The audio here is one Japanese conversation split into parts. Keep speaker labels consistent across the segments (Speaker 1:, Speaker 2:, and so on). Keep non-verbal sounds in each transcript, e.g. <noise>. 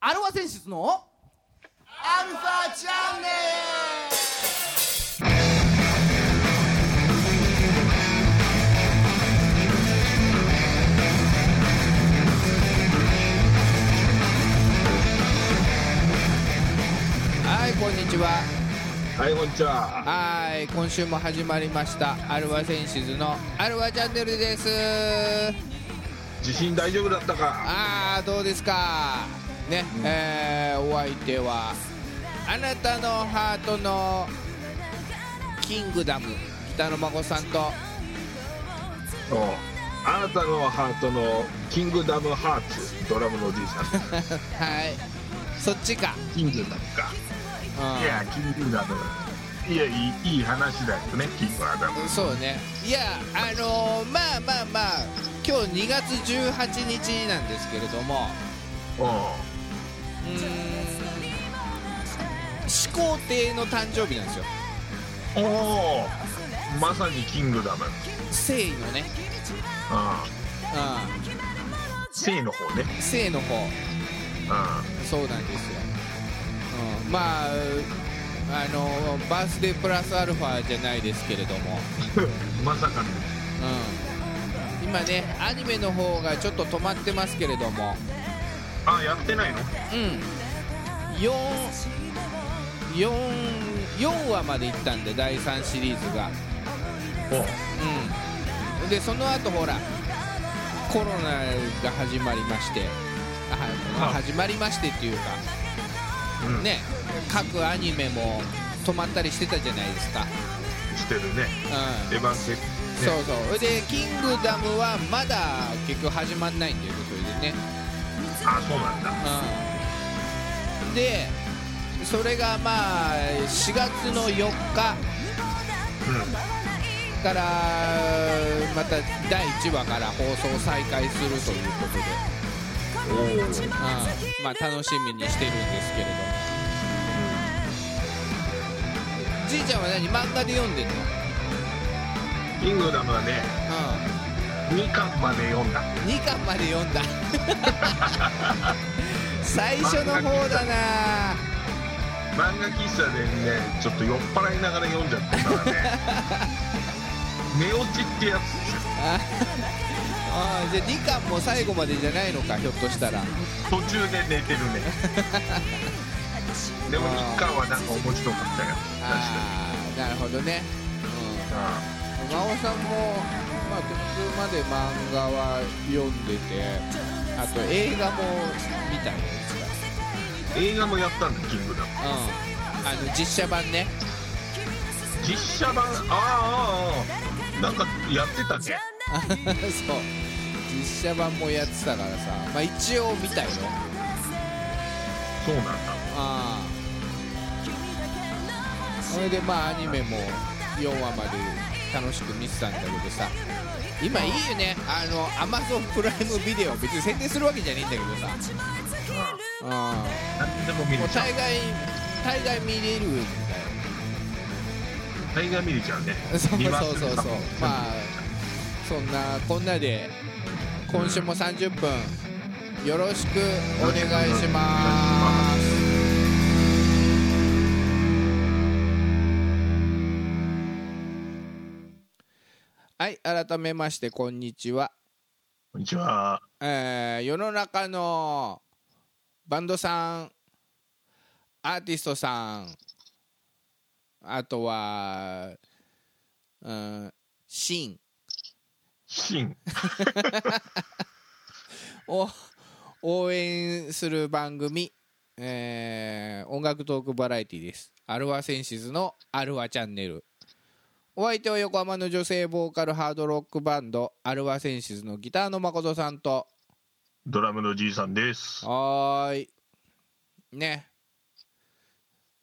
Speaker 1: 和選出のアルファチャンネ
Speaker 2: はいこんにちは
Speaker 3: はい、こんにちは。
Speaker 2: はい今週も始まりましたアルワセンシズのアルワチャンネルです
Speaker 3: 地震大丈夫だったか。
Speaker 2: ああどうですかね、えーお相手はあなたのハートのキングダム北野真子さんと <laughs>
Speaker 3: うんあなたのハートのキングダムハーツ、ドラムのおじいさん。
Speaker 2: はいそっちか、
Speaker 3: キングダムか。いや、キングダム。いや、いい、いい話だよね、キングダム
Speaker 2: う。ん、そうねいやあのーまあまあまあ今日2月18日なんですけれども
Speaker 3: う
Speaker 2: うーん始皇帝の誕生日なんですよ
Speaker 3: ん。おお。まさにキングダム。うん。
Speaker 2: 聖のね、う
Speaker 3: C の方ね。
Speaker 2: ん、聖の方
Speaker 3: う
Speaker 2: そうなんですよ、うん、まああのバースデープラスアルファじゃないですけれども、
Speaker 3: ん。 <laughs> まさか
Speaker 2: うん、
Speaker 3: の。
Speaker 2: 今ねアニメの方がちょっと止まってますけれども
Speaker 3: あ、やってないの。
Speaker 2: うん4 4 4話まで行ったんで第3シリーズが
Speaker 3: おう
Speaker 2: うんでその後ほらコロナが始まりましてあ
Speaker 3: あ
Speaker 2: 始まりましてっていうか
Speaker 3: うん。
Speaker 2: ね各アニメも止まったりしてたじゃないですか
Speaker 3: してるね。
Speaker 2: うん
Speaker 3: エヴァンセ。ね
Speaker 2: そうそうそれで「キングダム」はまだ結局始まんないんだよねそれでね
Speaker 3: あ、そうなんだ。
Speaker 2: うんでそれがまあ4月の4日
Speaker 3: うん。
Speaker 2: からまた第1話から放送再開するということで、
Speaker 3: おお。
Speaker 2: うんまあ、楽しみにしてるんですけれどもじいちゃんは何漫画で読んでんの、
Speaker 3: キングダムはね、2巻まで読んだ。
Speaker 2: うん、2巻まで読んだ <laughs> 最初の方だな
Speaker 3: 漫画喫茶でねちょっと酔っ払いながら読んじゃったから
Speaker 2: <laughs>
Speaker 3: ね寝落ちってやつですよ
Speaker 2: ああじゃあ2巻も最後までじゃないのかひょっとしたら
Speaker 3: 途中で寝てる
Speaker 2: <laughs>
Speaker 3: ねでも
Speaker 2: あー
Speaker 3: 日巻はなんか面白かったよ
Speaker 2: ああなるほどね、
Speaker 3: 確か
Speaker 2: うん、真央さんも、まあ、途中まで漫画は読んでてあと映画も見たんですか
Speaker 3: に、うん映画もやったんだキングダム
Speaker 2: うんあの実写版ね <laughs>
Speaker 3: 実写版あーあーあーなんかやってたね
Speaker 2: あそう実写版もやってたからさまあ一応見たよ
Speaker 3: そうなんだ
Speaker 2: ああそれでまあアニメも4話まで楽しく見てたんだけどさ今いいよねあのアマゾンプライムビデオ別に宣伝するわけじゃねえんだけどさうん
Speaker 3: 何でも見
Speaker 2: も
Speaker 3: れ
Speaker 2: う
Speaker 3: ちゃう
Speaker 2: 大概大概見れるんだよ
Speaker 3: 大概見れちゃうね
Speaker 2: <laughs> そう
Speaker 3: 見ます
Speaker 2: そうそうそうまあそんなこんなで今週も30分よろしくお願いしますはい改めましてこんにちは、
Speaker 3: こんにちは
Speaker 2: えー世の中のバンドさんアーティストさんあとは、うん、シン
Speaker 3: シン
Speaker 2: を応援する番組、えー音楽トークバラエティですアルワセンシズのアルワチャンネルお相手は横浜の女性ボーカルハードロックバンドアルワセンシズのギターの誠さんと
Speaker 3: ドラムのじいさんです
Speaker 2: はーいね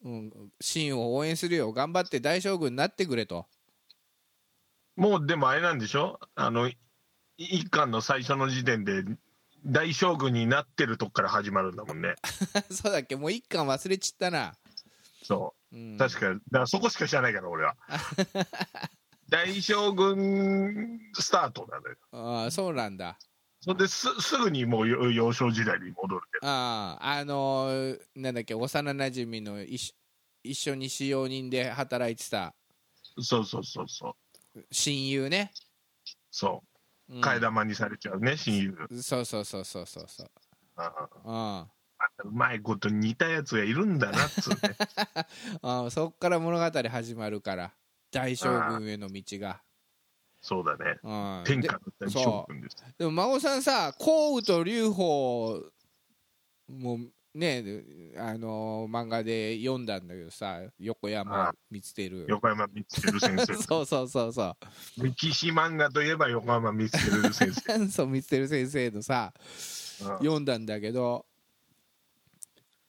Speaker 2: うん、シンを応援するよ頑張って大将軍になってくれと <laughs>
Speaker 3: もうでもあれなんでしょあのい一巻の最初の時点で大将軍になってるとこから始まるんだもんね
Speaker 2: そうだっけもう一巻忘れちったな、、
Speaker 3: そううん確かだからそこしか知らないから俺 <laughs> は大将軍スタートなのよ
Speaker 2: あーそうなんだ
Speaker 3: それですすぐにもうよ幼少時代に戻るけ
Speaker 2: あああのーなんだっけ幼馴染みの一緒一緒に使用人で働いてた
Speaker 3: どそうそうそうそう
Speaker 2: 親友ね、
Speaker 3: そ
Speaker 2: うん
Speaker 3: う替え玉にされちゃうね親友
Speaker 2: そうそうそうそうそうそう
Speaker 3: あ
Speaker 2: う
Speaker 3: あ
Speaker 2: ん
Speaker 3: またうまいこと似たやつがいるんだなっつ <laughs> って、
Speaker 2: あそっから物語始まるから大将軍への道が、
Speaker 3: そうだね
Speaker 2: うん、
Speaker 3: 天
Speaker 2: で
Speaker 3: 下だったり将軍です
Speaker 2: でも孫さんさ幸雨と龍鵬もねあのー漫画で読んだんだけどさ横
Speaker 3: あ
Speaker 2: 山
Speaker 3: あ
Speaker 2: 見つてる
Speaker 3: 横山光輝先生
Speaker 2: そうそうそうそう
Speaker 3: 歴史漫画といえば横山光輝先生
Speaker 2: 元祖見つてる先生のさ、
Speaker 3: うん
Speaker 2: 読んだんだけど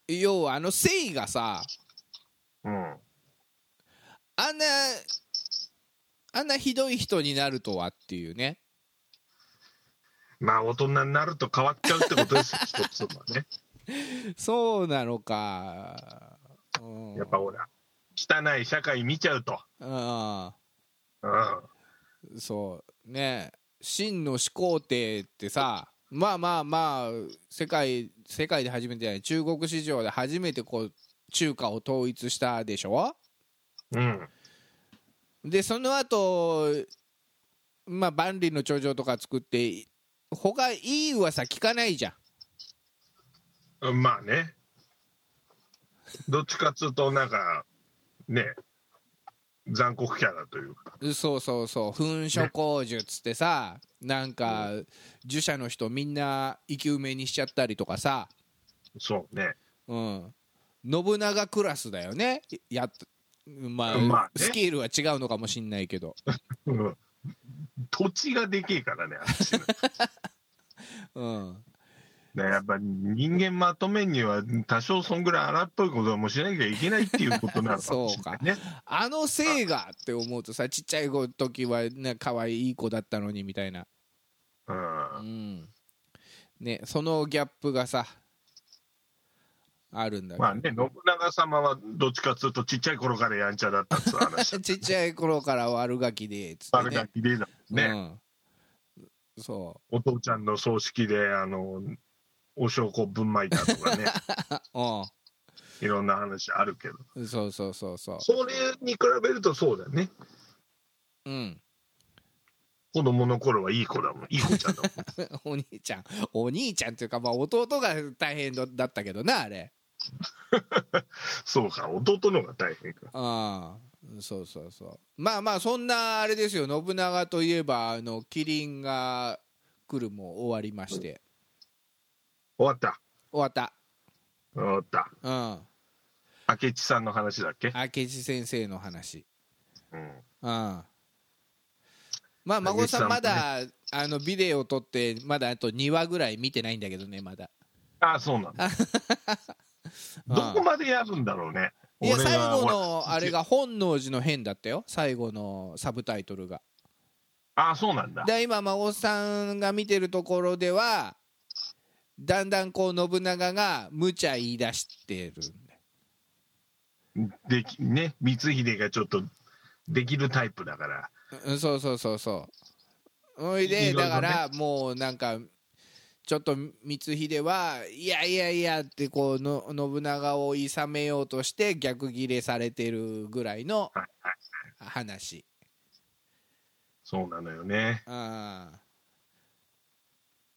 Speaker 2: 要はあの誠意がさ
Speaker 3: うん
Speaker 2: あんなあんなひどい人になるとはっていうね
Speaker 3: まあ大人になると変わっちゃうってこ
Speaker 2: <laughs>
Speaker 3: とですよ一つはね
Speaker 2: そうなのかうん
Speaker 3: やっぱほら汚い社会見ちゃうと、うん、
Speaker 2: うんそうね真の始皇帝ってさまあまあまあ世界世界で初めてじゃない中国史上で初めてこう中華を統一したでしょ
Speaker 3: うん、
Speaker 2: でその後まあ万里の長城とか作って他いい噂聞かないじゃん
Speaker 3: うんまあねどっちかっつうとなんかね残酷キャラというか
Speaker 2: そうそうそう噴書工術ってさ、なんか儒者の人みんな生き埋めにしちゃったりとかさ、
Speaker 3: そうね
Speaker 2: うん、信長クラスだよねやっまあ、
Speaker 3: まあね
Speaker 2: スケールは違うのかもしんないけど、
Speaker 3: うん土地がでけえからねあっち
Speaker 2: <laughs>
Speaker 3: の
Speaker 2: うん、
Speaker 3: ね、やっぱ人間まとめには多少そんぐらい荒っぽいこともしなきゃいけないっていうことなのかもしれないね。
Speaker 2: あの性がって思うとさちっちゃい子時はね可愛い子だったのにみたいな、
Speaker 3: うん
Speaker 2: うんね、そのギャップがさあるんだけど、
Speaker 3: まあね、信長様はどっちかっつうとちっちゃい頃からやんちゃだったっつ
Speaker 2: <laughs>
Speaker 3: う話
Speaker 2: ちっちゃい頃から悪ガキでつって、ね、
Speaker 3: 悪ガキでだもんね、
Speaker 2: うん、そ
Speaker 3: お父ちゃんの葬式であのお焼香ぶんまいたと
Speaker 2: <laughs>
Speaker 3: かね
Speaker 2: う、
Speaker 3: いろんな話あるけど
Speaker 2: うん、そうそうそうそ
Speaker 3: それに比べるとそうだね
Speaker 2: う、うん、
Speaker 3: 子供の頃はいい子だもんいい子ち
Speaker 2: <laughs>
Speaker 3: ゃんだもん
Speaker 2: お兄ちゃん、お兄ちゃんっていうか、まあ、弟が大変だったけどな、あれ、
Speaker 3: そうか弟の方が大変か
Speaker 2: うん、そうそうそう、まあまあ、そんなあれですよ、信長といえば、あの麒麟が来るも終わりまして、
Speaker 3: 終わった
Speaker 2: 終わった、
Speaker 3: 終わった
Speaker 2: うん、
Speaker 3: 明智さんの話だっけ、
Speaker 2: 明智先生の話。
Speaker 3: うん
Speaker 2: うんまあ孫さんまだ、あのビデオ撮ってまだあと2話ぐらい見てないんだけどねまだ
Speaker 3: ああそ
Speaker 2: <laughs>
Speaker 3: うなんだどこまでやるんだろうね
Speaker 2: いや
Speaker 3: 俺が
Speaker 2: 最後
Speaker 3: ほ
Speaker 2: の
Speaker 3: ら
Speaker 2: あれが本能寺の変だったよ最後のサブタイトルが
Speaker 3: ああそうなんだ
Speaker 2: で今孫さんが見てるところではだんだんこう信長が無茶言い出してる
Speaker 3: できね光秀がちょっとできるタイプだから
Speaker 2: うんそうそうそうそうほいで
Speaker 3: いろいろね
Speaker 2: だからもうなんかちょっと光秀はいやいやいやってこうの信長をいさめようとして逆ギレされてるぐらいの
Speaker 3: はいはい
Speaker 2: 話
Speaker 3: そうなのよね
Speaker 2: ああ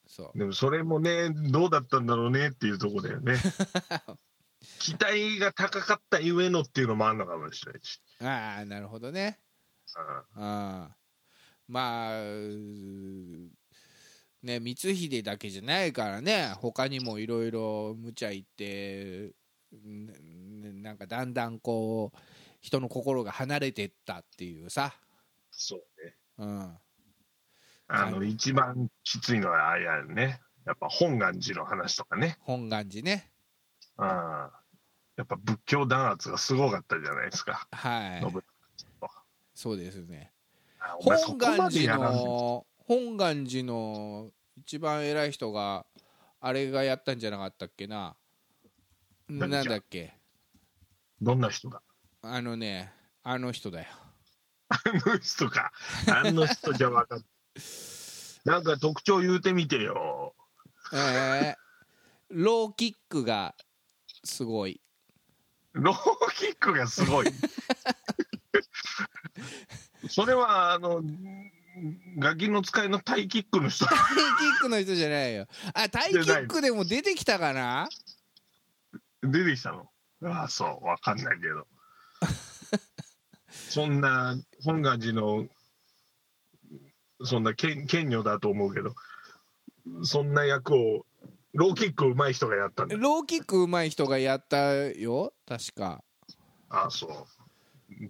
Speaker 2: そう
Speaker 3: でもそれもねどうだったんだろうねっていうとこだ
Speaker 2: <laughs>
Speaker 3: よね期待が高かったゆえのっていうのもあるのかもしれないし、
Speaker 2: ああなるほどね
Speaker 3: うん
Speaker 2: ああまあうーね光秀だけじゃないからね他にもいろいろ無茶言ってんんなんかだんだんこう人の心が離れてったっていうさ、
Speaker 3: そうね
Speaker 2: うん、
Speaker 3: あの一番きついのはあれやねやっぱ本願寺の話とかね
Speaker 2: 本願寺ね
Speaker 3: うんやっぱ仏教弾圧がすごかったじゃないですか
Speaker 2: はい
Speaker 3: 信長と
Speaker 2: そうですね
Speaker 3: あお前そ
Speaker 2: 本
Speaker 3: こま
Speaker 2: 願
Speaker 3: でや
Speaker 2: 寺
Speaker 3: らんで
Speaker 2: の本願寺の一番偉い人があれがやったんじゃなかったっけななん
Speaker 3: 何じゃ
Speaker 2: だっけ
Speaker 3: どんな人だ
Speaker 2: あのねあの人だよ
Speaker 3: あの人かあの人じゃ分かっなんか特徴言うてみてよ。
Speaker 2: えーローキックがすごい
Speaker 3: ローキックがすごい。 <laughs> それは、あの、ガキの使いのタイキックの人。
Speaker 2: タイキックの人じゃないよあタイキックでも出てきたかな
Speaker 3: 出てきたのああそうわかんないけどそんな本願寺のそんなけん剣女だと思うけどそんな役をローキックうまい人がやったんだ
Speaker 2: ローキック上手い人がやったよ確か
Speaker 3: ああそう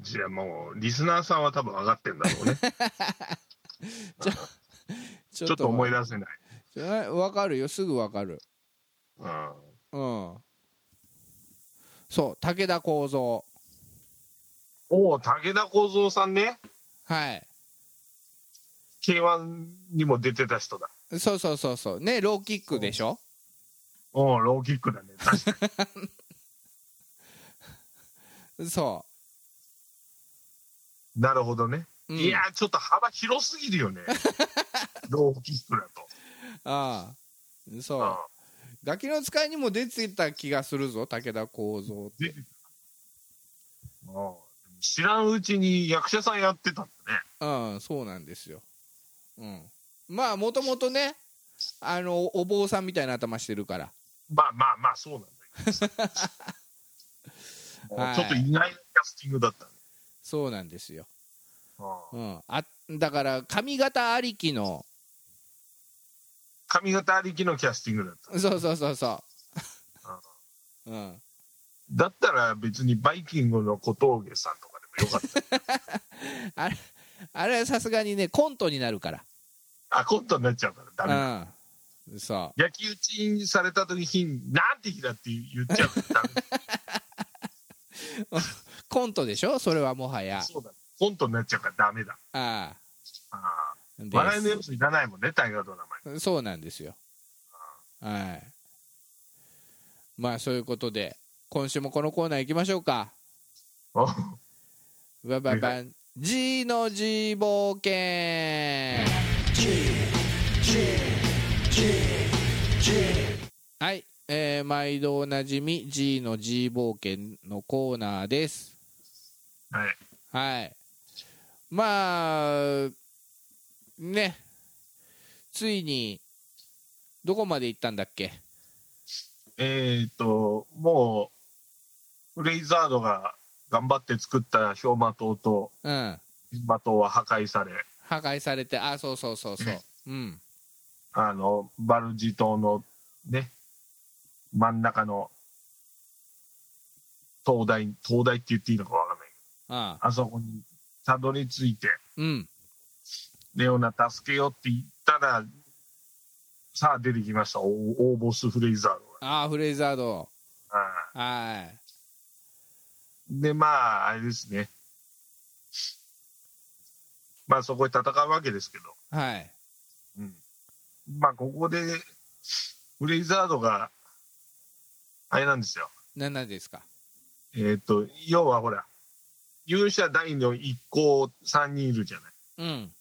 Speaker 3: じゃあもうリスナーさんは多分上がってんだ
Speaker 2: <laughs>
Speaker 3: ろうね
Speaker 2: ち
Speaker 3: ちょっと思い
Speaker 2: 出
Speaker 3: 出せない、
Speaker 2: わかるよすぐわかる
Speaker 3: うん、
Speaker 2: うんそう武田幸三
Speaker 3: おお武田幸三さんね
Speaker 2: はい
Speaker 3: k 1にも出てた人だ
Speaker 2: そうそうそうそうねローキックでしょ
Speaker 3: おおローキックだね確
Speaker 2: <laughs>
Speaker 3: かに
Speaker 2: そ
Speaker 3: なるほどね
Speaker 2: う、うん
Speaker 3: いやーちょっと幅広すぎ
Speaker 2: <laughs>
Speaker 3: るよねローキックだと、
Speaker 2: ああそうガキの使いにも出てた気がするぞ武田幸三って
Speaker 3: うんうん知らんうちに役者さんやってたんだね
Speaker 2: うんそうなんですよ、うん、まあもともとねあのお坊さんみたいな頭してるから
Speaker 3: まあまあまあそうなん
Speaker 2: <laughs>
Speaker 3: だけどもうちょっと意外なキャスティングだったね、
Speaker 2: そうなんですよ、
Speaker 3: う
Speaker 2: うんん、あだから髪型ありきの
Speaker 3: 髪型ありきのキャスティングだった
Speaker 2: そうそうそうそう、うん、
Speaker 3: だったら別にバイキングの小峠さんとかでもよかった
Speaker 2: あれはさすがにねコントになるから
Speaker 3: あコントになっちゃうからダメだ、
Speaker 2: うんそ
Speaker 3: 焼き討ちされた時に「なんて日だ」って言っちゃうからダメ
Speaker 2: うコントでしょそれはもはや
Speaker 3: だそうだコントになっちゃうからダメだ
Speaker 2: ああ
Speaker 3: あー
Speaker 2: で
Speaker 3: 笑いの要素いらないもんね大河ドラマに
Speaker 2: そうなんですよはいまあそういうことで今週もこのコーナー行きましょうか
Speaker 3: お
Speaker 2: バババン G の G 冒険はい、えー毎度おなじみ G の G 冒険のコーナーです
Speaker 3: はい
Speaker 2: はいまあねついにどこまで行ったんだっけ
Speaker 3: えっ、と、もう、レイザードが頑張って作った氷馬島と
Speaker 2: うん
Speaker 3: 銀馬島は破壊され、
Speaker 2: 破壊されてあそうそうそうそううん
Speaker 3: あの、バルジ島のね、真ん中の灯台、灯台って言っていいのかわかんないけ
Speaker 2: ああ
Speaker 3: ど、あそこにたどり着いて、
Speaker 2: うん
Speaker 3: レオナ助けようって言ったら、さあ出てきました、お大ボスフレイザード
Speaker 2: ああフレイザード
Speaker 3: が。うん
Speaker 2: はい
Speaker 3: で、まあ、あれですね。まあ、そこで戦うわけですけど、
Speaker 2: はい。
Speaker 3: うん、まあ、ここで、フレイザードが、あれなんですよ。
Speaker 2: 何なんですか。
Speaker 3: えっ、と、要はほら、勇者大の一行3人いるじゃない。
Speaker 2: うん。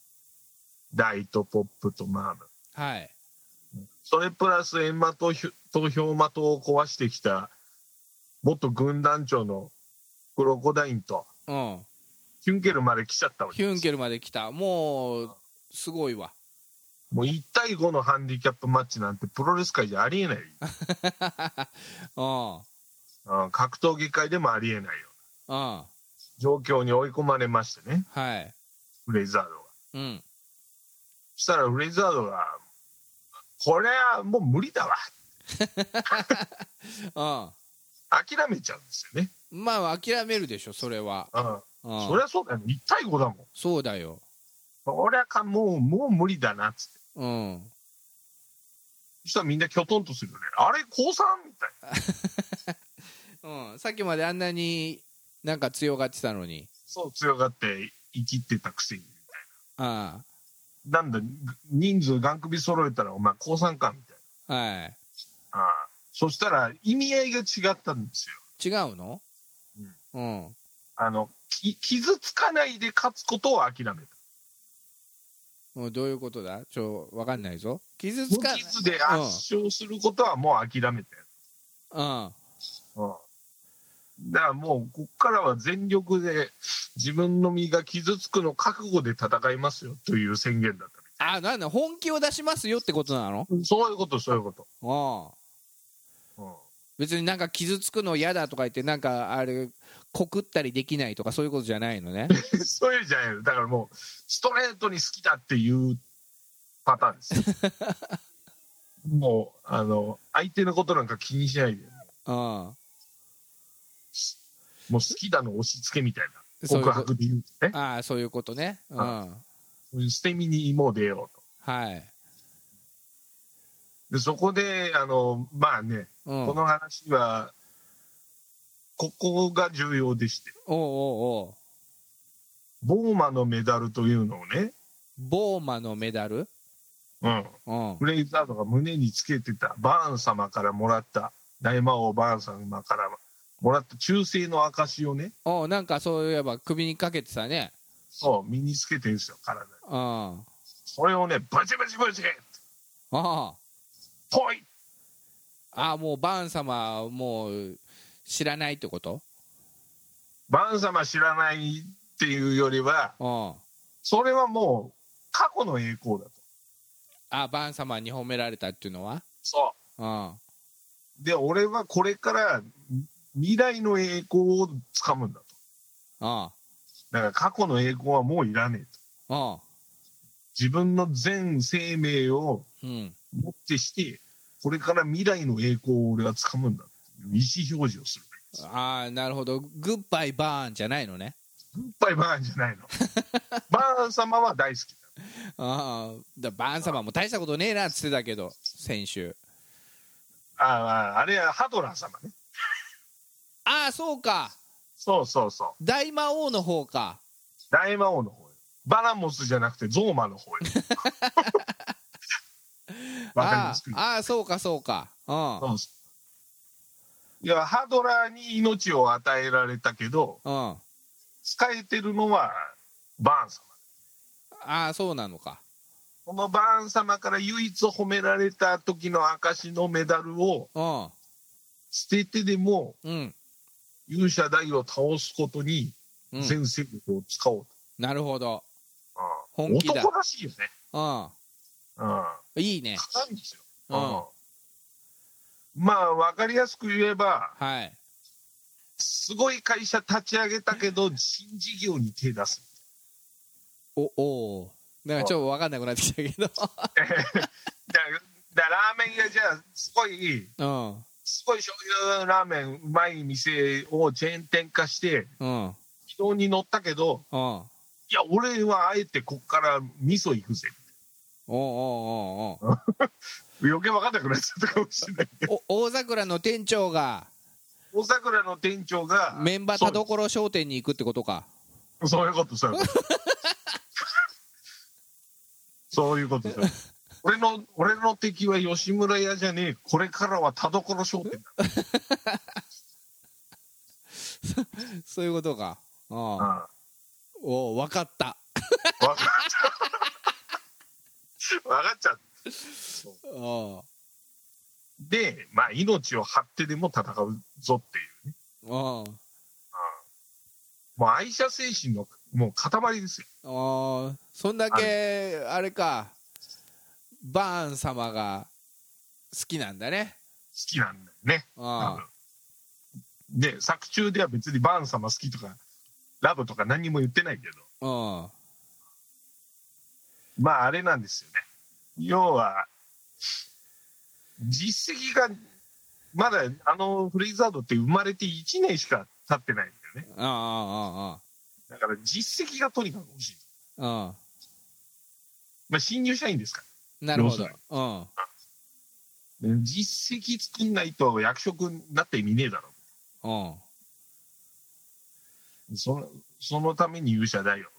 Speaker 3: 大とポップとマーム。
Speaker 2: はい。
Speaker 3: それプラス、エンマとひょとヒョウマとを壊してきた、元軍団長のクロコダインと、
Speaker 2: うん。
Speaker 3: ヒュンケルまで来ちゃったわけ
Speaker 2: ヒ
Speaker 3: です
Speaker 2: ュンケルまで来た。もう、すごいわ。
Speaker 3: もう1対5のハンディキャップマッチなんてプロレス界じゃありえないよ、
Speaker 2: <laughs> うん。うん。
Speaker 3: うん格闘技界でもありえないよ
Speaker 2: は
Speaker 3: 状況に追い込まれましてね
Speaker 2: い。
Speaker 3: フレイザードが
Speaker 2: うん。
Speaker 3: そしたらフレイザードが「これはもう無理だわ
Speaker 2: うん。」
Speaker 3: 諦めちゃうんですよね、
Speaker 2: まあ、諦めるでしょ、それは。
Speaker 3: うん
Speaker 2: う
Speaker 3: そ
Speaker 2: ん。
Speaker 3: りゃそうだよね1対5だもん
Speaker 2: そうだよ。
Speaker 3: そりゃかもうもう無理だなっつって
Speaker 2: うん。
Speaker 3: そしたらみんなきょとんとするよねあれ降参みたいな
Speaker 2: うん。さっきまであんなになんか強がってたのに。
Speaker 3: そう強がって生きてたくせにみたい
Speaker 2: あ
Speaker 3: ななんだ人数ガン首揃えたらお前降参かみ
Speaker 2: あ。
Speaker 3: たい
Speaker 2: は
Speaker 3: なああそしたら意味合いが違ったんですよ
Speaker 2: い。違うのうん。
Speaker 3: あの、き傷つかないで勝つことを諦めた。
Speaker 2: うんどういうことだちょわかんないぞ傷つ
Speaker 3: 無
Speaker 2: かない
Speaker 3: 傷で圧勝することはもう諦めて、
Speaker 2: うん
Speaker 3: うん、だからもうこっからは全力で自分の身が傷つくの覚悟で戦いますよという宣言だっ
Speaker 2: あなんだ本気を出しますよってことなの
Speaker 3: たそういうことそういうこと、
Speaker 2: うん
Speaker 3: うん、
Speaker 2: 別になんか傷つくの嫌だとか言ってなんかあれ告ったりできないとかそういうことじゃないの
Speaker 3: <laughs>
Speaker 2: ね
Speaker 3: そういうじゃないのだからもうストレートに好きだっていうパターンですよ
Speaker 2: <laughs>
Speaker 3: もうあの相手のことなんか気にしないで
Speaker 2: うん
Speaker 3: もう好きだの押し付けみたいな
Speaker 2: そういう
Speaker 3: 告
Speaker 2: こと
Speaker 3: 白で言うね
Speaker 2: ああそういうことねうんは
Speaker 3: そういう捨て身にもう出よう
Speaker 2: い
Speaker 3: とでそこであのまあね
Speaker 2: うんお
Speaker 3: こ
Speaker 2: う
Speaker 3: の話は、ここが重要でして、
Speaker 2: おうおう
Speaker 3: ボーマのメダルというのをね、
Speaker 2: ボーマのメダル
Speaker 3: うん、
Speaker 2: うん
Speaker 3: フレイザードが胸につけてたバーン様からもらった、大魔王バーン様からもらった忠誠の証をね、
Speaker 2: おうなんかそういえば首にかけてたね
Speaker 3: そう、身につけてるんですよ、体に。
Speaker 2: うんあ
Speaker 3: それをね、ブチブチブチ
Speaker 2: あ
Speaker 3: ポイ
Speaker 2: ああもうバーン様はもう知らないってこと
Speaker 3: バーン様知らないっていうよりは、
Speaker 2: うん
Speaker 3: それはもう過去の栄光だと。
Speaker 2: あバーン様に褒められたっていうのは
Speaker 3: そう。
Speaker 2: うん
Speaker 3: で、俺はこれから未来の栄光をつかむんだと。
Speaker 2: うん
Speaker 3: だから過去の栄光はもういらねえと。
Speaker 2: うん
Speaker 3: 自分の全生命を
Speaker 2: うん
Speaker 3: もってして、これから未来の栄光を俺は掴むんだという意思表示をする。
Speaker 2: ああなるほどグッバイバーンじゃないのね
Speaker 3: グッバイバーンじゃないの。バーン様は大好きだ。
Speaker 2: ああだバーン様も大したことねえなっつってたけど先週
Speaker 3: ああ、あれはハドラー様ね。
Speaker 2: ああそうか
Speaker 3: そうそうそう。
Speaker 2: 大魔王の方か
Speaker 3: 大魔王の方よ。バラモスじゃなくてゾーマの方よ。わかります
Speaker 2: ああああそうかそうかう
Speaker 3: そうそういや、ハドラーに命を与えられたけど、
Speaker 2: んうんあ
Speaker 3: 使えてるのはバーン様。
Speaker 2: あそうなのか
Speaker 3: このバーン様から唯一褒められた時の証のメダルを
Speaker 2: うん
Speaker 3: 捨ててでも
Speaker 2: うん
Speaker 3: 勇者大を倒すことに
Speaker 2: うん
Speaker 3: 全勢力を使おうと。
Speaker 2: なるほど
Speaker 3: うん
Speaker 2: 本気だ
Speaker 3: 男らしいよね。
Speaker 2: うん
Speaker 3: うん。
Speaker 2: いいね
Speaker 3: 硬いんですよ。
Speaker 2: うん
Speaker 3: うんまあ、わかりやすく言えば、
Speaker 2: はい
Speaker 3: すごい会社立ち上げた
Speaker 2: <laughs>
Speaker 3: けど、新事業に手出す。
Speaker 2: おおおなんかちょっと分かんなくなってきたけ
Speaker 3: <laughs>
Speaker 2: ど
Speaker 3: だだラーメン屋じゃあ、すご
Speaker 2: う
Speaker 3: い、
Speaker 2: ん
Speaker 3: すごい醤油ラーメンうまい店をチェーン店化して、
Speaker 2: うん
Speaker 3: 軌道に乗ったけど、
Speaker 2: うんおう
Speaker 3: いや、俺はあえてこっから味噌行くぜ。
Speaker 2: おうおうおう
Speaker 3: 余計分かんなくなっちゃったかもしれないけど。
Speaker 2: お大桜の店長が
Speaker 3: 大桜の店長が。
Speaker 2: メンバー田所商店に行くってことか
Speaker 3: そうそういうこと、そう
Speaker 2: <laughs>
Speaker 3: いうこと。そういうことそういうこと俺の、俺の敵は吉村屋じゃねえ。これからは田所商店
Speaker 2: そういうことかうん
Speaker 3: だ。うん。
Speaker 2: お分かった
Speaker 3: 分かっちゃった。分かっちゃった。
Speaker 2: うん
Speaker 3: で、まあ、命を張ってでも戦うぞっていう。
Speaker 2: うん
Speaker 3: もう愛者精神の、もう塊ですよ。
Speaker 2: あーそんだけあれかバーン様が好きなんだね
Speaker 3: 好きなんだよね。
Speaker 2: あ
Speaker 3: で作中では別にバーン様好きとかラブとか何も言ってないけ
Speaker 2: う
Speaker 3: ど
Speaker 2: ん
Speaker 3: まああれなんですよね要は実績がまだあのフレイザードって生まれて1年しか経ってないんだよね
Speaker 2: ああ
Speaker 3: だから実績がとにかく欲しい、
Speaker 2: ああ
Speaker 3: まあ、新入社員ですか
Speaker 2: なるほ
Speaker 3: ど
Speaker 2: ど
Speaker 3: うす
Speaker 2: うん
Speaker 3: らで実績作んないと役職になってみねえだろ
Speaker 2: うん
Speaker 3: そのそのために勇者だよ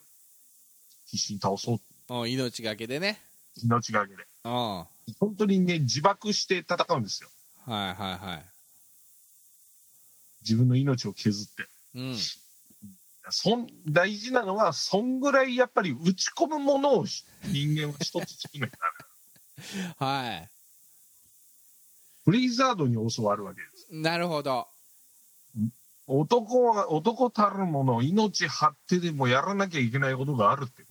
Speaker 3: 必死に倒そう
Speaker 2: うん命がけでね
Speaker 3: 命がけで
Speaker 2: うんは
Speaker 3: 本当にね自爆して戦うんですよ
Speaker 2: いはいはい
Speaker 3: 自分の命を削って
Speaker 2: うん
Speaker 3: そん大事なのはそんぐらいやっぱり打ち込むものをし人間は一つ作ら <laughs> なきゃダメ
Speaker 2: はい
Speaker 3: ブリザードに教わるわけです
Speaker 2: なるほど
Speaker 3: 男は男たるもの命張ってでもやらなきゃいけないことがあるってこ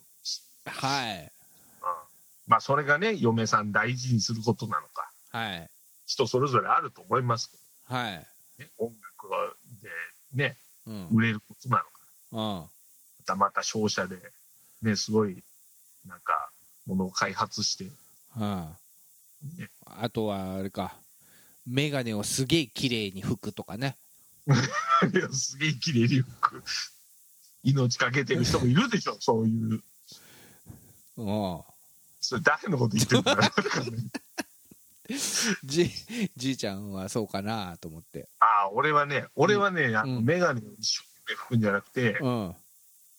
Speaker 3: と
Speaker 2: はい
Speaker 3: まあそれがね嫁さん大事にすることなのか
Speaker 2: はい
Speaker 3: 人それぞれあると思いますけ
Speaker 2: はい
Speaker 3: どね音楽はでね
Speaker 2: うん
Speaker 3: 売れることなのか
Speaker 2: うん
Speaker 3: またまた商社でねすごいなんかものを開発して
Speaker 2: うん
Speaker 3: ね <laughs>
Speaker 2: あとはあれか眼鏡をすげえ綺麗に拭くとかね
Speaker 3: いやすげえ綺麗に服命かけてる人もいるで
Speaker 2: <laughs>
Speaker 3: しょそういう
Speaker 2: うん
Speaker 3: それ誰のこと言ってるんだろう
Speaker 2: <laughs> じじいちゃんはそうかなと思って
Speaker 3: ああ俺はね俺はね、あ
Speaker 2: う
Speaker 3: の
Speaker 2: ん
Speaker 3: 眼鏡を一生懸命拭くんじゃなくて、
Speaker 2: うん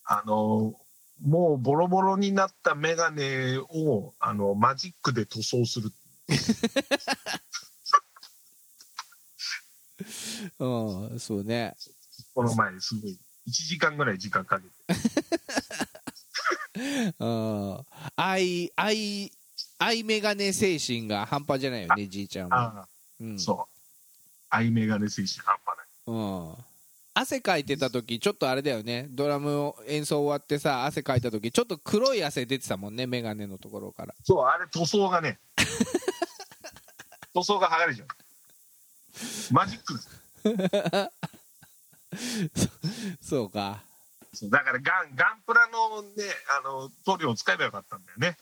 Speaker 3: あのもうボロボロになった眼鏡をあのマジックで塗装する
Speaker 2: うんそうね
Speaker 3: この前すごい1時間ぐらい時間かけて
Speaker 2: うん愛愛愛眼鏡精神が半端じゃないよねじいちゃんは
Speaker 3: ああ、
Speaker 2: うん
Speaker 3: そうアイメガネ精神半端ない
Speaker 2: うん汗かいてた時ちょっとあれだよねドラムを演奏終わってさ汗かいた時ちょっと黒い汗出てたもんね眼鏡のところから
Speaker 3: そうあれ塗装
Speaker 2: <laughs>
Speaker 3: がね塗装が剥がれちゃうマジック
Speaker 2: そうか
Speaker 3: そうだからガンガンプラのねあの塗料を使えばよかったんだよね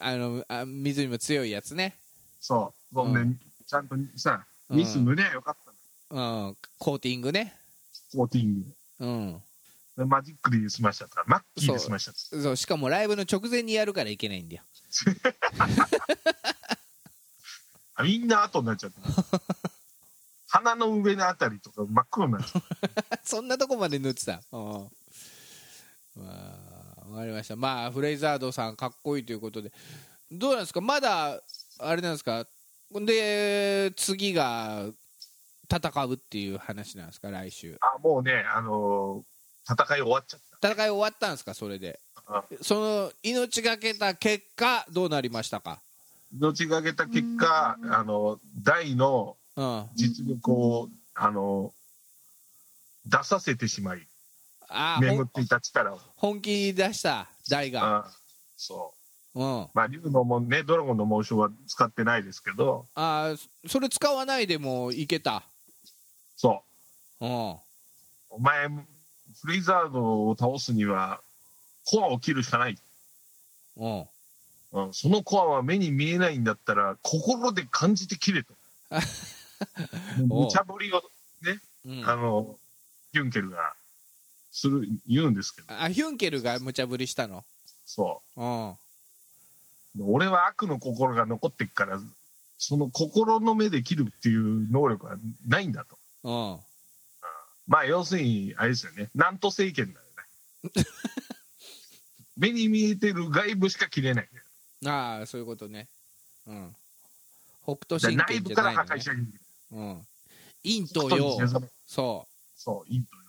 Speaker 2: あのあ水にも強いやつね、
Speaker 3: そうそんで、
Speaker 2: う
Speaker 3: ちゃんとさ
Speaker 2: うん
Speaker 3: ミス塗りゃよかったの
Speaker 2: うん、コーティングね、
Speaker 3: コーティング
Speaker 2: うん、
Speaker 3: でマジックで済ましちゃったマッキーで済ましちゃった
Speaker 2: そうしかもライブの直前にやるからいけないんだよ
Speaker 3: あみんな後になっちゃった
Speaker 2: <laughs>
Speaker 3: 鼻の上のあたりとか真っ黒になっちゃった
Speaker 2: そんなとこまで塗ってた。うんまあ、わかりました。まあ、フレイザードさん、かっこいいということで、どうなんですか、まだ、あれなんですか、で、次が戦うっていう話なんですか、来週。
Speaker 3: あもうねあのー戦い終わっちゃっ
Speaker 2: 戦い終わったんですか、それで
Speaker 3: あ。
Speaker 2: その命がけた結果、どうなりましたか。
Speaker 3: た命がけた結果あの大の
Speaker 2: うん、あ
Speaker 3: 実力をあの出させてしまい
Speaker 2: あ、ほ
Speaker 3: 眠っ
Speaker 2: ん
Speaker 3: ていた力を
Speaker 2: 本気出した、大が。
Speaker 3: あそう
Speaker 2: うん、あ
Speaker 3: まあ竜のもねドラゴンの紋章は使ってないですけど
Speaker 2: あ、それ使わないでもいけた。
Speaker 3: そ
Speaker 2: うん、
Speaker 3: うお前フリザードを倒すにはコアを切るしかない、
Speaker 2: うん。
Speaker 3: うん、そのコアは目に見えないんだったら心で感じて切れと
Speaker 2: <laughs> おう
Speaker 3: 無茶ぶりを
Speaker 2: うん
Speaker 3: あのユンケルがする言うんですけど
Speaker 2: あヒュンケルが無茶ぶりしたの
Speaker 3: そう
Speaker 2: うん
Speaker 3: 俺は悪の心が残ってっからその心の目で切るっていう能力はないんだと
Speaker 2: うん
Speaker 3: まあ要するにあれですよねなんと政権だよね目に見えてる外部しか切れない
Speaker 2: ああそういうことねうん北斗
Speaker 3: じゃあ
Speaker 2: 神
Speaker 3: 内
Speaker 2: 拳
Speaker 3: 部
Speaker 2: じ
Speaker 3: か
Speaker 2: ゃな
Speaker 3: ら
Speaker 2: い
Speaker 3: 破
Speaker 2: の、
Speaker 3: 壊
Speaker 2: ね
Speaker 3: し、なきゃい
Speaker 2: うん陰
Speaker 3: け
Speaker 2: と
Speaker 3: ない
Speaker 2: 陽
Speaker 3: そう
Speaker 2: そ
Speaker 3: そういいとよ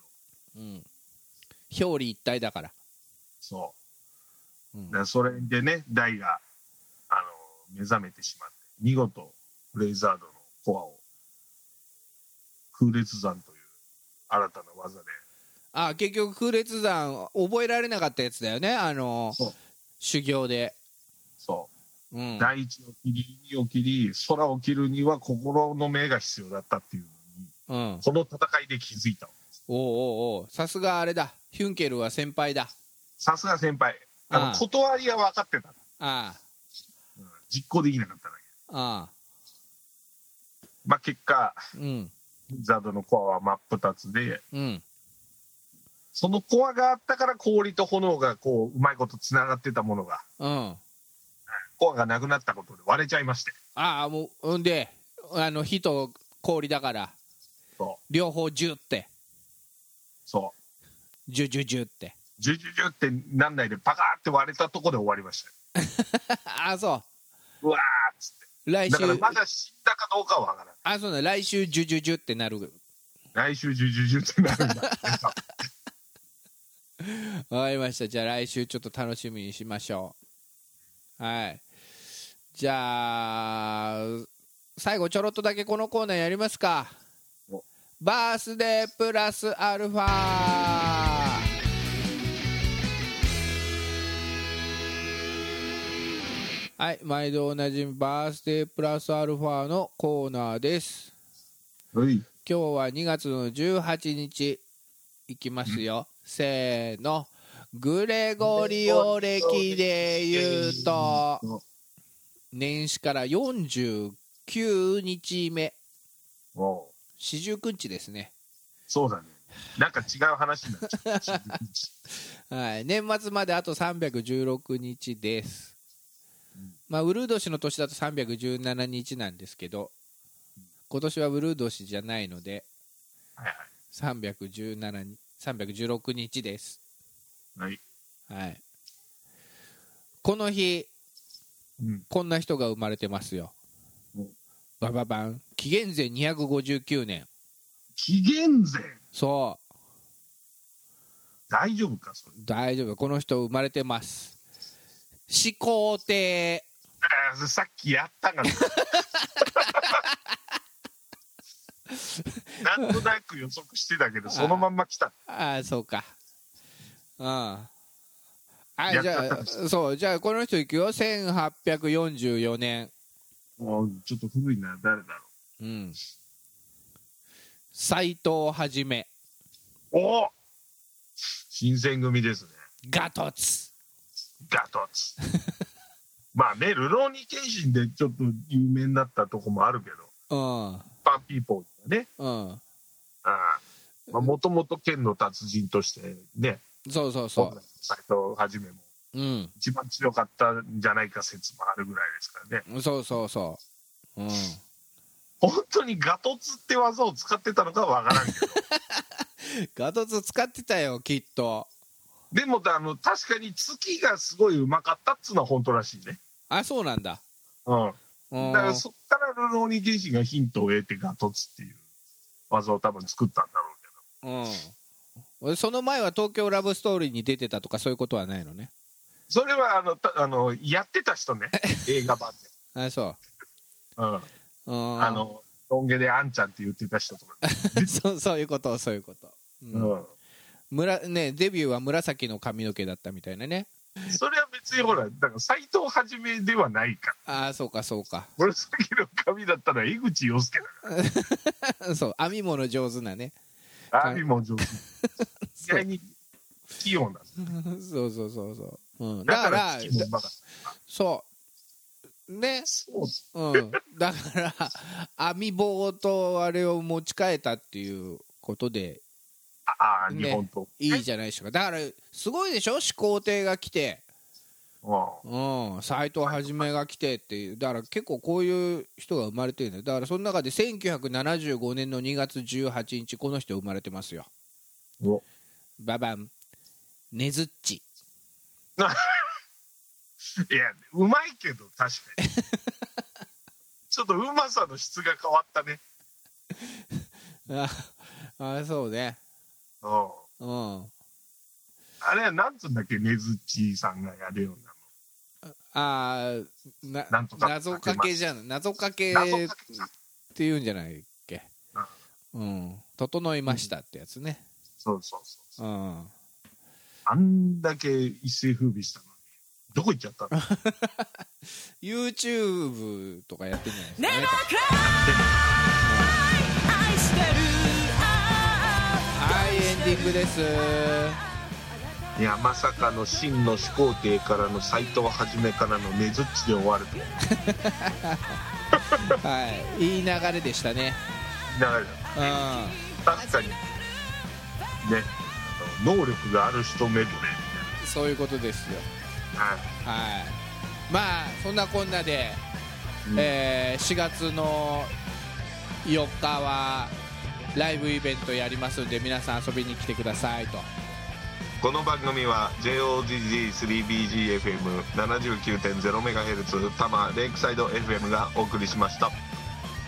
Speaker 2: う、うん、表裏一体だから、
Speaker 3: そううんだか、らそれでねダイがあの目覚めてしまって見事フレイザードのコアを空裂山という新たな技で
Speaker 2: あ結局空列山覚えられなかったやつだよねあの
Speaker 3: そう
Speaker 2: 修行で
Speaker 3: そう
Speaker 2: うん
Speaker 3: 第一を切り、二を切り、空を切るには心の目が必要だったっていうのに、
Speaker 2: うんおう
Speaker 3: この戦いで気づいたわ
Speaker 2: おうおうさすがあれだヒュンケルは先輩だ
Speaker 3: さすが先輩、あ
Speaker 2: ああ
Speaker 3: の断りは分かってた、
Speaker 2: あ
Speaker 3: うん実行できなかっただけ。
Speaker 2: あああ
Speaker 3: まあ、結果、
Speaker 2: うん
Speaker 3: ザードのコアは真っ二つで、
Speaker 2: うん
Speaker 3: そのコアがあったから氷と炎がこう、うまいことつながってたものが、
Speaker 2: うん
Speaker 3: コアがなくなったことで割れちゃいまして、
Speaker 2: ああもうんであの火と氷だから
Speaker 3: そ
Speaker 2: 両方ジュって
Speaker 3: そう。
Speaker 2: ジュジュジュって <laughs>
Speaker 3: ジュジュジュってなんないでパカーって割れたとこで終わりましたよ
Speaker 2: ああそう
Speaker 3: わーっつっ
Speaker 2: う来週
Speaker 3: て。だからまだ死んだかどうかは分からない。
Speaker 2: あそうだ来週ジュジュジュってなる <laughs>
Speaker 3: 来週ジュジュジュってなるんだ。
Speaker 2: わかりました。じゃあ来週ちょっと楽しみにしましょう。はい。じゃあ、最後ちょろっとだけこのコーナーやりますか
Speaker 3: お。
Speaker 2: バースデープラスアルファ。はい、毎度おなじみバースデープラスアルファのコーナーです。
Speaker 3: はい。
Speaker 2: 今日は2月の18日いきますよ、せーのグレゴリオ歴で言うと年始から49日目
Speaker 3: おう
Speaker 2: 四十九日ですね、
Speaker 3: そうだね。なんか違う話になっちゃう。
Speaker 2: はい、年末まであと316日です
Speaker 3: うん、
Speaker 2: まあ、ウルー年の年だと317日なんですけど今年はウルー年じゃないので
Speaker 3: はい
Speaker 2: 317に316日です
Speaker 3: はい。はい。
Speaker 2: はい、この日
Speaker 3: うん。
Speaker 2: こんな人が生まれてますよ
Speaker 3: うん
Speaker 2: バババン紀元前259年
Speaker 3: 紀元前。
Speaker 2: そう
Speaker 3: 大丈夫か、それ。
Speaker 2: 大丈夫この人生まれてます始皇帝
Speaker 3: あーさっきやったがな。なんとなく予測してたけど、そのまんま来た。
Speaker 2: ああそうかうんあ
Speaker 3: やっ
Speaker 2: じ
Speaker 3: ちゃっ
Speaker 2: ゃ
Speaker 3: たん
Speaker 2: あ
Speaker 3: で
Speaker 2: そうじゃあこの人いくよ1844年
Speaker 3: もうちょっと古いな、誰だろ
Speaker 2: うん斎藤はじめ
Speaker 3: う。おお新選組ですね。
Speaker 2: ガトツ
Speaker 3: ガトツ。まあね、ルローニケンシンでちょっと有名になったとこもあるけど、
Speaker 2: うん
Speaker 3: パンピーポーがね、
Speaker 2: うん
Speaker 3: あーまあもともと剣の達人としてね、
Speaker 2: そうそうそ
Speaker 3: 斎藤はじめも
Speaker 2: ううん
Speaker 3: 一番強かったんじゃないか説もあるぐらいですからね。
Speaker 2: そうそうそう。
Speaker 3: <laughs>
Speaker 2: うん。
Speaker 3: 本当にガトツって技を使ってたのかわか
Speaker 2: <laughs>
Speaker 3: らんけど
Speaker 2: ガトツ使ってたよ、きっと。
Speaker 3: でもあの確かに月がすごいうまかったっつうのは本当らしいね
Speaker 2: あ、そうなんだ。
Speaker 3: う
Speaker 2: うんん
Speaker 3: だ。からそっからルローニケンシンがヒントを得てガトツっていう技を多分作ったんだろうけ
Speaker 2: うん。俺その前は東京ラブストーリーに出てたとかそういうことはないのね。
Speaker 3: どそれはあのたあのやってた人ね映画版で、
Speaker 2: あ、そ
Speaker 3: うん、
Speaker 2: う。うん。
Speaker 3: あのロン毛であんちゃんって言ってた人とか、
Speaker 2: <laughs> そう、そういうこと、そういうこと。う。
Speaker 3: うんん、
Speaker 2: むらね、デビューは紫の髪の毛だったみたいなね。
Speaker 3: それは別にほらだから斎藤はじめではないから
Speaker 2: あそうか、そうか。 <laughs>
Speaker 3: 紫の髪だったら江口洋介だ
Speaker 2: そう、編み物上手
Speaker 3: <laughs>
Speaker 2: なね。 <laughs>
Speaker 3: からアーミーも上手意外に器用なんだ
Speaker 2: そうそうそうそう。うん。
Speaker 3: だ
Speaker 2: だ
Speaker 3: か
Speaker 2: からら、
Speaker 3: 月もまだ
Speaker 2: そう。ね。
Speaker 3: そう
Speaker 2: うん、だから <laughs> 網棒とあれを持ち替えたっていうことで
Speaker 3: ああ、
Speaker 2: ね
Speaker 3: 日本と。
Speaker 2: いいじゃないでしょうかだからすごいでしょ始皇帝が来て、
Speaker 3: う
Speaker 2: うん、斎藤はじめが来てっていうだから結構こういう人が生まれてるんだよだからその中で1975年の2月18日この人生まれてますよ
Speaker 3: ん。お
Speaker 2: ババンネズッチ
Speaker 3: いや、うまいけど、確か
Speaker 2: <laughs>
Speaker 3: に。ちょっとうまさの質が変わったね。
Speaker 2: あ <laughs> あそうね
Speaker 3: うん。
Speaker 2: うん
Speaker 3: あれは、なんつうんだっけ、ねずっちさんがやるような
Speaker 2: あーな
Speaker 3: なんとか
Speaker 2: 謎かけじゃん謎かけ
Speaker 3: の。謎かけた
Speaker 2: っていうんじゃないっけ、うん、整いましたってやつね、
Speaker 3: そうそうそう。
Speaker 2: うん、
Speaker 3: あんだけ一世風靡したのに、どこ行っちゃったの
Speaker 2: YouTube とかやってんじゃないですかね
Speaker 4: 愛してる
Speaker 2: はいエンディングです
Speaker 3: いや、まさかの真の始皇帝からの斎藤はじめからのねずっちで終わると。流れ
Speaker 2: はいいい流れでしたね
Speaker 3: だ。
Speaker 2: う
Speaker 3: 確かに。ね。あの能力がある人メドレー。
Speaker 2: んそういうことですよ
Speaker 3: はい。
Speaker 2: はいまあそんなこんなで、
Speaker 3: うん
Speaker 2: えー4月の4日はライブイベントやりますんで皆さん遊びに来てくださいと
Speaker 3: この番組は JOGG3BGFM79.0MHz 多摩レイクサイド FM がお送りしました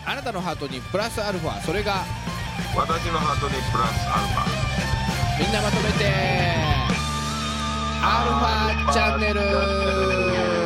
Speaker 2: あなたのハートにプラスアルファそれが
Speaker 3: 私のハートにプラスアルファ
Speaker 2: みんなまとめてアルファチャンネル